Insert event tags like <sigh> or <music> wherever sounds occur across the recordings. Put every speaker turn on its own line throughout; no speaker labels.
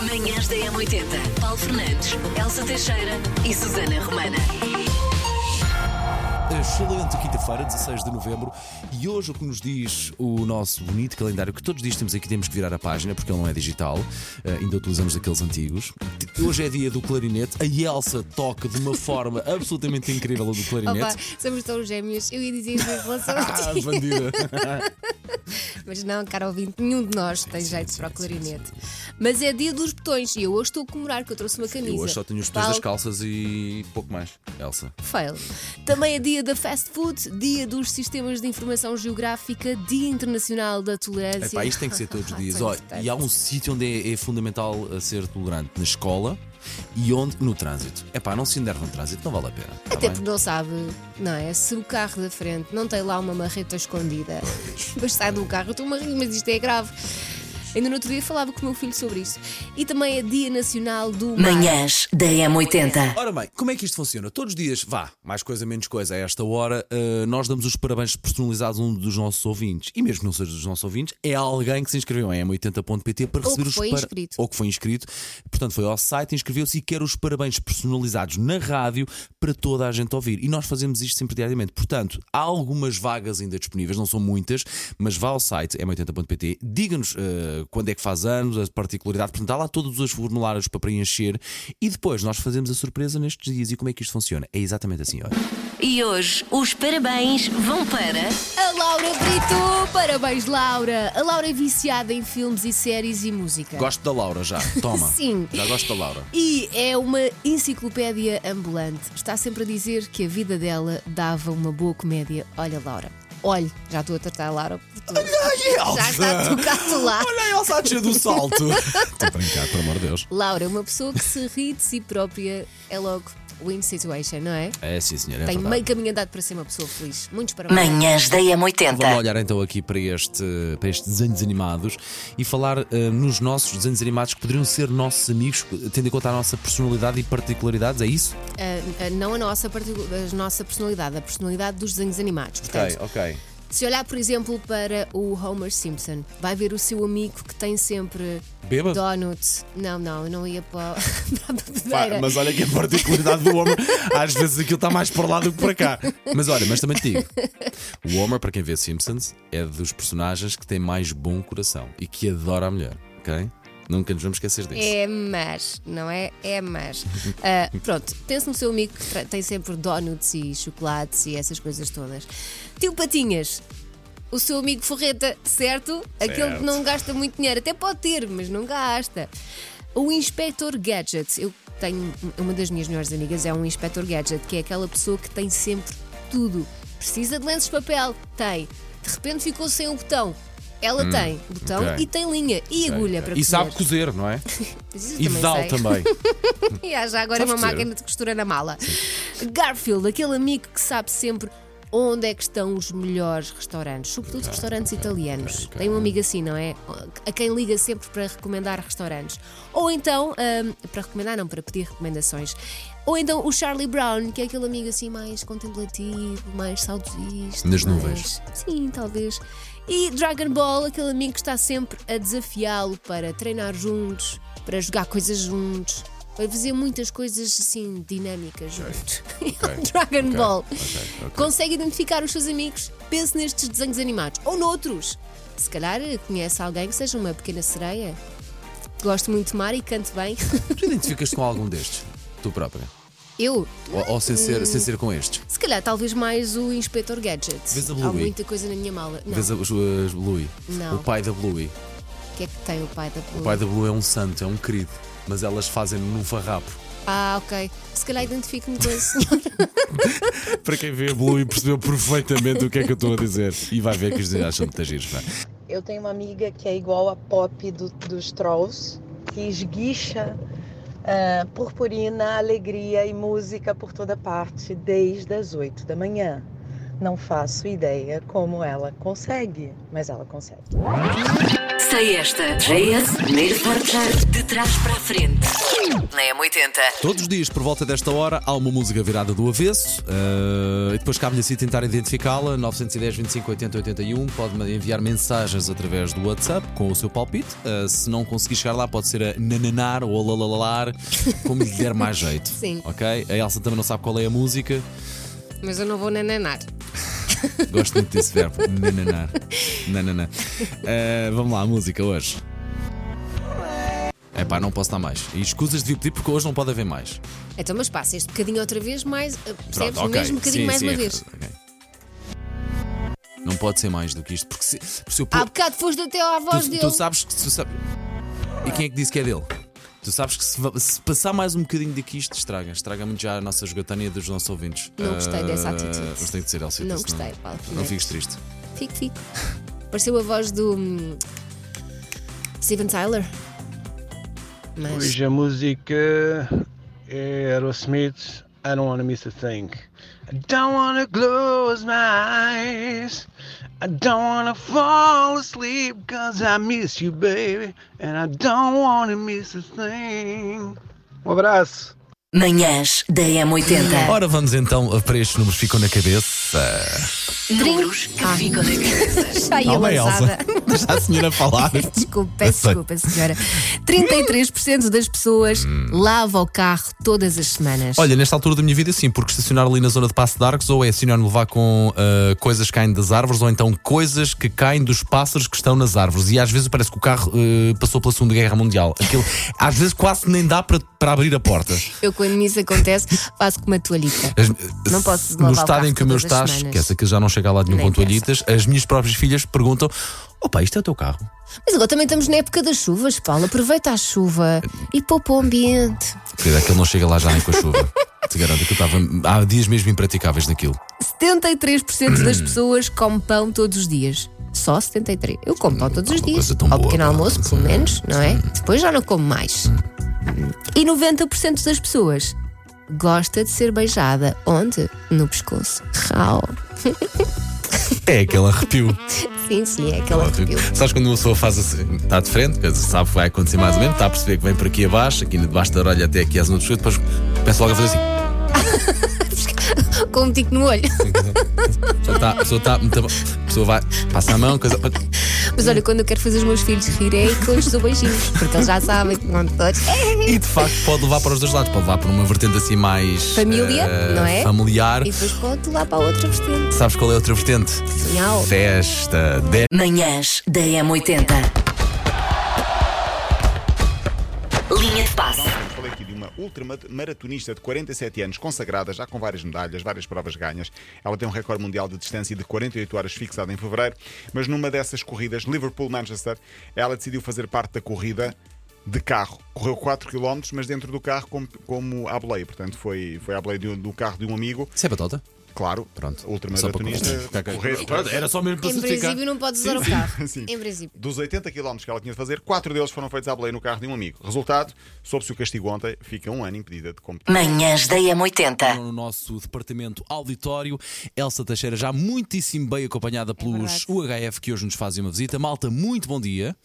Manhãs da M80. Paulo Fernandes, Elsa Teixeira e Susana Romana.
Excelente quinta-feira, 16 de novembro, e hoje o que nos diz o nosso bonito calendário, que todos os dias temos aqui, temos que virar a página, porque ele não é digital, eh, ainda utilizamos aqueles antigos. Hoje é dia do clarinete, a Elsa toca de
<laughs>
uma forma absolutamente incrível o do
Opa,
clarinete.
somos tão gêmeos. Eu ia dizer isso em relação a
Ah, <laughs>
ti. <laughs>
bandida!
Mas não, cara ouvinte, nenhum de nós tem jeito para o clarinete. Mas é dia dos botões e eu hoje estou a comemorar que eu trouxe uma camisa.
Eu hoje só tenho os pés das
Paulo,
calças e pouco mais. Elsa.
Fail. Também é dia da fast food, dia dos sistemas de informação geográfica, dia internacional da tolerância.
Epá, isto tem que ser
<laughs>
todos os dias.
Tão
Olha,
importante.
e há um sítio onde é, é fundamental a ser tolerante, na escola e onde no trânsito. Epá, não se enerva no trânsito, não vale a pena. tá
Até
bem?
porque não sabe, não é? Se o carro da frente não tem lá uma marreta escondida, <laughs> mas sai do carro, eu estou-me a rir, mas isto é grave. Ainda no outro dia falava com o meu filho sobre isso. E também é Dia Nacional do Mar.
Manhãs da M80.
Ora bem, como é que isto funciona? Todos os dias, vá, mais coisa, menos coisa, a esta hora, eh, nós damos os parabéns personalizados a um dos nossos ouvintes. E mesmo que não seja dos nossos ouvintes, é alguém que se inscreveu em m80.pt para receber
que
os
foi
para-
inscrito.
Ou que foi inscrito. Portanto, foi ao site, inscreveu-se e quer os parabéns personalizados na rádio para toda a gente ouvir. E nós fazemos isto sempre diariamente. Portanto, há algumas vagas ainda disponíveis, não são muitas, mas vá ao site m80.pt, diga-nos eh, quando é que faz anos, a particularidade. Portanto, há lá todos os formulários para preencher e depois nós fazemos a surpresa nestes dias. E como é que isto funciona? É exatamente assim, olha.
E hoje os parabéns vão para.
A Laura Brito! Parabéns, Laura! A Laura é viciada em filmes e séries e música.
Gosto da Laura já, toma.
<laughs> Sim.
Já gosto da Laura.
E é uma enciclopédia ambulante. Está sempre a dizer que a vida dela dava uma boa comédia. Olha, Laura. Olha, já estou a tratar a Laura por tudo. Já está tocado lá.
<laughs> Olha a Elsa a descer do
<laughs>
salto. Estou a brincar, pelo amor de Deus.
Laura, é uma pessoa que se ri de si própria é logo win situation, não é?
É, sim, senhora. É
Tem
verdade.
meio caminho andado para ser uma pessoa feliz. Muitos parabéns.
Manhãs da
Vamos
M80.
olhar então aqui para, este, para estes desenhos animados e falar eh, nos nossos desenhos animados que poderiam ser nossos amigos, tendo em conta a nossa personalidade e particularidades, é isso?
Ah, ah, não a nossa, particu- a nossa personalidade, a personalidade dos desenhos animados. Portanto,
ok.
se olhar, por exemplo, para o Homer Simpson, vai ver o seu amigo que tem sempre
Bêbado?
donuts. Não, não, eu não ia para, <laughs> para a
Pá,
bebedeira.
mas olha que a particularidade do Homer, às vezes aquilo está mais para lá do que para cá. Mas olha, mas também te digo: o Homer, para quem vê Simpsons, é dos personagens que tem mais bom coração e que adora a mulher, ok? Nunca nos vamos esquecer disso.
É mas, não é? É mas. Ah, pronto, pense no seu amigo que tra- tem sempre donuts e chocolates e essas coisas todas. Tio Patinhas, o seu amigo Forreta, certo? Aquele que não gasta muito dinheiro. Até pode ter, mas não gasta. O Inspector Gadget. Eu tenho. um, Uma das minhas melhores amigas é um Inspector Gadget, que é aquela pessoa que tem sempre tudo. Precisa de lenços de papel? Tem. De repente ficou sem o botão. Ela tem botão
Hum, ok.
e tem linha e agulha para
e sabe
cozer.
cozer, não é?
Mas isso <laughs> eu
E dá
sei.
também.
E há já agora
Sabes
uma
cozer?
máquina de costura na mala. Garfield, aquele amigo que sabe sempre onde é que estão os melhores restaurantes, sobretudo restaurantes italianos.
Ah, ok, ok.
Tem um amigo assim, não é? A quem liga sempre para recomendar restaurantes. Ou então, hum, para recomendar, não, para pedir recomendações. Ou então o Charlie Brown, que é aquele amigo assim mais contemplativo, mais saudosista.
Nas
mais-
nuvens.
Sim, talvez. E Dragon Ball, aquele amigo que está sempre a desafiá-lo para treinar juntos, para jogar coisas juntos, para fazer muitas coisas assim dinâmicas juntos. <laughs> É o Dragon
ok,
Ball.
ok, ok.
Consegue identificar os seus amigos? Pense nestes desenhos animados ou noutros. Se calhar eh, conhece alguém que seja uma pequena sereia. Gosto muito de mar e
<laughs>
canto bem.
Tu identificas com algum destes? Tu própria?
Eu,
Ou, ou sem, ser, sem ser com estes?
se calhar, talvez mais o Inspector Gadget.
Vês a
Há
Bluey?
muita coisa na minha mala. Não,
Vês a, os- as Bluey?
Não.
O pai da Bluey.
o que é que tem o pai da
O
Bluey?
pai da Bluey é um santo, é um querido. Mas elas fazem num farrapo.
Ah, ok. Se calhar identifico-me com esse senhor.
<laughs> Para quem vê a Bluey percebeu perfeitamente o que é que eu estou a dizer. E vai ver que os desenhos são muito giros, pá.
Eu tenho uma amiga que é igual a Pop do- dos Trolls, que esguicha ah, purpurina, alegria e música por toda parte desde as 8 da manhã. Não faço ideia como ela consegue, mas ela consegue.
Sei esta. JS, primeiro portar de trás para a frente. Na M80.
Todos os dias, por volta desta hora, há uma música virada do avesso eh, e depois cabe-lhe assim tentar identificá-la. 910 25 80 81. Pode um, enviar mensagens através do WhatsApp com o seu palpite. Eh, se não conseguir chegar lá, pode ser a nananar ou a lalalar, como lhe der mais jeito.
Sim.
Ok? A Elsa também não sabe qual é a música.
Mas eu não vou nananar.
Gosto muito desse verbo. Nananar. Nananar. Eh, vamos lá, a música hoje. É pá, não posso dar mais. E escusas de pedir porque hoje não pode haver mais.
Então, mas passa este bocadinho outra vez, mais. eh, Percebes?
Pronto, ok.
Mesmo bocadinho
Sim,
mais
sim,
uma
é
vez.
verdade, ok. Não pode ser mais do que isto, porque se, se eu pôr-
Há bocado foste até à voz
tu,
Ah, dele.
tu sabes que. Tu sabes, e quem é que disse que é dele? Tu sabes que se, va- se passar mais um bocadinho daqui, isto estraga. Estraga muito já a nossa jogatânia dos nossos ouvintes.
Não gostei dessa
Ah,
atitude.
Mas tem de ser, Elcio.
Não
senão-
gostei, Paulo
Não
Fernandes.
fiques triste.
Fico, fico. Pareceu a voz do. hum, Steven <laughs> Tyler. Mas.
Hoje a música é Aerosmith, I don't wanna miss a thing. I don't wanna close my eyes. I don't wanna fall asleep cause I miss you, baby. And I don't wanna miss a thing. Um abraço.
Manhãs da
É.
M80.
Ora, vamos então a- para estes números que ficam na cabeça.
Números que ficam na cabeça.
Ai, a
Calma, é Elsa. <laughs>
lançada.
Deixa a senhora falar.
<laughs> Desculpa, peço desculpa, senhora. 33% das pessoas lava o carro todas as semanas.
Hum. Olha, nesta altura da minha vida, sim, porque estacionar ali na zona de Passo de Arcos ou é sinónimo de levar com ah, coisas que caem das árvores ou então coisas que caem dos pássaros que estão nas árvores. E às vezes parece que o carro ah, passou pela Segunda Guerra Mundial. Aquilo, às vezes quase nem dá para para abrir a porta.
Eu, quando isso acontece, faço com
<laughs>
uma toalhita.
As-
Não
se-
posso lavar
No
o
estado
carro
em que o meu
todas as
está,
semanas.
esquece que já não chega lá de nenhum
Nem
com toalhitas. As minhas próprias filhas perguntam: opa, isto é o teu carro?
Mas agora também estamos na época das chuvas, Paulo. Aproveita a chuva
Eh,
e poupa o ambiente.
Querida, aquele não chega lá já nem com a chuva. Te garanto que eu estava. Há dias mesmo impraticáveis naquilo.
73%
<clears throat>
das pessoas come pão todos os dias. Só 73%. Eu como pão todos os
Uma
dias.
coisa tão
Ao
boa,
pequeno
pá.
almoço, pelo menos, não é? Depois já não como mais.
Hum.
E 90% das pessoas gosta de ser beijada. Onde? No pescoço. Rau.
É aquele arrepio.
Sim, sim, é aquela
Ótimo.
arrepio.
Sabes quando uma pessoa faz assim, está de frente, quer dizer, sabe que vai acontecer mais ou menos, está a perceber que vem por aqui abaixo, aqui debaixo da orelha até aqui às outras coisas, depois começa logo a fazer assim.
Com um tico no olho. <laughs>
A pessoa está, a pessoa está, muito a- a pessoa vai, passa a mão, coisa.
Mas olha, quando eu quero fazer os meus filhos rirem, que eu lhes dou beijinhos. Porque eles já sabem que não todos. <laughs>
E de facto pode levar para os dois lados, pode levar para uma vertente assim mais.
Família,
eh,
não é?
Familiar.
E depois conto lá para a outra vertente.
Sabes qual é a outra vertente?
Não.
Festa. De...
Manhãs da M80. Linha de passe.
Eu Falei aqui de uma ultramaratonista de 47 anos, consagrada, já com várias medalhas, várias provas ganhas. Ela tem um recorde mundial de distância de 48 horas fixado em fevereiro, mas numa dessas corridas, Liverpool-Manchester, ela decidiu fazer parte da corrida de carro. Correu 4 km, mas dentro do carro, como, como à boleia. Portanto, foi, foi à boleia de um- do carro de um amigo,
Isso é batota?
claro,
Pronto.
ultramaratonista.
Só para-
correr-
Pronto, Era só mesmo para
Em
certificar.
princípio não podes usar
<laughs>
o carro.
Sim.
Em princípio.
Dos 80 km que ela tinha de fazer, 4 deles foram feitos à boleia no carro de um amigo. Resultado, soube-se o castigo ontem, fica um ano impedida de competir.
Manhãs da M80.
no nosso departamento auditório. Elsa Teixeira, já muitíssimo bem acompanhada pelos UHF que hoje nos fazem uma visita. Malta, muito bom dia.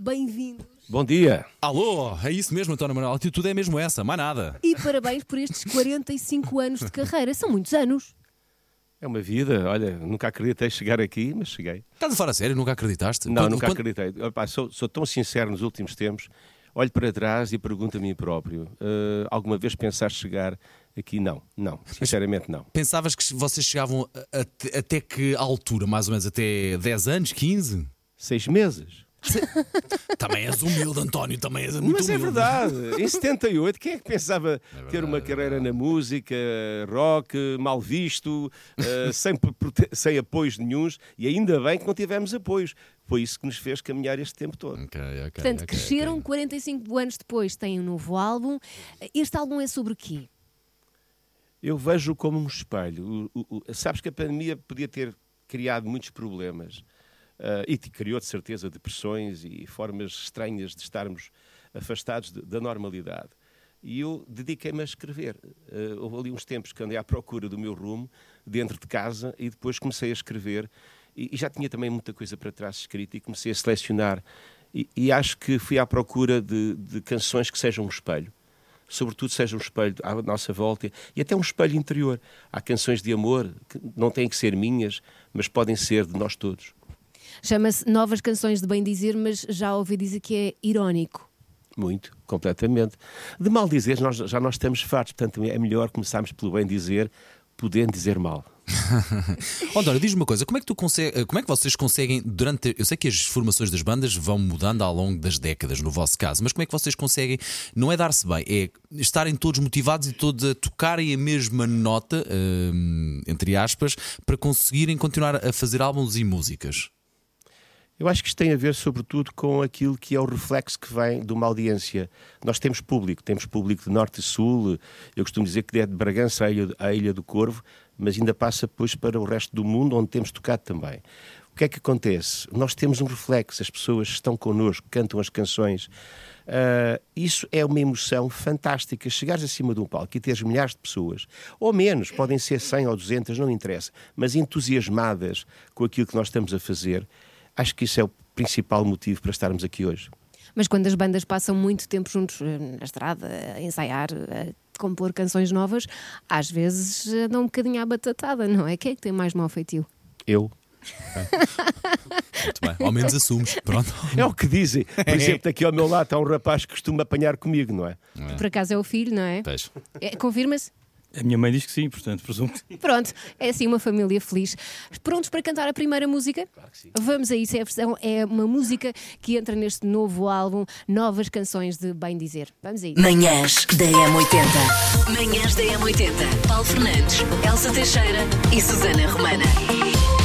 Bem-vindo
Bom dia.
Alô, é isso mesmo, António Manuel. A atitude é mesmo essa, mais nada.
e parabéns por estes 45 anos de carreira. São muitos anos.
É uma vida, olha, nunca acreditei chegar aqui, mas cheguei.
Estás a falar a sério? Nunca acreditaste?
Não,
Quando-
nunca
quando-
acreditei. Opá, sou, sou tão sincero nos últimos tempos, olho para trás e pergunto a mim próprio: eh, alguma vez pensaste chegar aqui? Não, não, sinceramente não.
Pensavas que vocês chegavam a- a- até que altura? Mais ou menos até 10 anos, 15?
Seis meses.
Também és humilde, António, também és muito
mas é
humilde. é
verdade, em 78, quem é que pensava ter uma carreira na música, rock, mal visto,
<laughs>
eh, sem, p- prote- sem apoios nenhuns e ainda bem que não tivemos apoios. Foi isso que nos fez caminhar este tempo todo.
Ok, ok,
Portanto,
ok,
cresceram
ok.
45 anos depois, têm um novo álbum. Este álbum é sobre o quê?
Eu vejo como um espelho. O- o- o- sabes que a pandemia podia ter criado muitos problemas ah, e te criou, de certeza, depressões e formas estranhas de estarmos afastados de- da normalidade. E eu dediquei-me a escrever. Ah, houve ali uns tempos que andei à procura do meu rumo, dentro de casa, e depois comecei a escrever. e, e já tinha também muita coisa para trás escrita e comecei a selecionar. E, e acho que fui à procura de, de canções que sejam um espelho. Sobretudo seja um espelho à nossa volta e até um espelho interior. Há canções de amor que não têm que ser minhas, mas podem ser de nós todos.
Chama-se Novas Canções de Bem Dizer, mas já ouvi dizer que é irónico.
Muito, completamente. De mal dizer, nós, já nós estamos fartos, portanto é melhor começarmos pelo bem dizer, podendo dizer mal.
António, diz-me uma coisa, como é que tu consegue, como é que vocês conseguem durante, eu sei que as formações das bandas vão mudando ao longo das décadas, no vosso caso, mas como é que vocês conseguem, não é dar-se bem, é estarem todos motivados e todos a tocarem a mesma nota, hum, entre aspas, para conseguirem continuar a fazer álbuns e músicas?
Eu acho que isto tem a ver, sobretudo, com aquilo que é o reflexo que vem de uma audiência. Nós temos público, temos público de norte e sul. Eu costumo dizer que é de Bragança à Ilha, à Ilha do Corvo, mas ainda passa depois para o resto do mundo, onde temos tocado também. O que é que acontece? Nós temos um reflexo, as pessoas estão connosco, cantam as canções. Ah, isso é uma emoção fantástica. Chegares acima de um palco e teres milhares de pessoas, ou menos, podem ser 100 ou 200, não interessa, mas entusiasmadas com aquilo que nós estamos a fazer, acho que isso é o principal motivo para estarmos aqui hoje.
Mas quando as bandas passam muito tempo juntos eh, na estrada, a ensaiar, a compor canções novas, às vezes eh, dão um bocadinho à batatada, não é? Quem é que tem mais mau feitio?
Eu.
Muito bem, ao menos assumes, pronto.
É o que dizem. Por exemplo, <laughs> daqui ao meu lado está um rapaz que costuma apanhar comigo, não é?
Por acaso é o filho, não é?
Pois.
é Confirma-se?
A minha mãe diz que sim, portanto, presumo que sim.
Pronto, é assim uma família feliz. Prontos para cantar a primeira música? Claro que sim. Vamos a isso, é, a versão, é uma música que entra neste novo álbum, Novas Canções de Bem Dizer. Vamos a isso.
Manhãs da M80. Manhãs da M80. Paulo Fernandes, Elsa Teixeira e Susana Romana.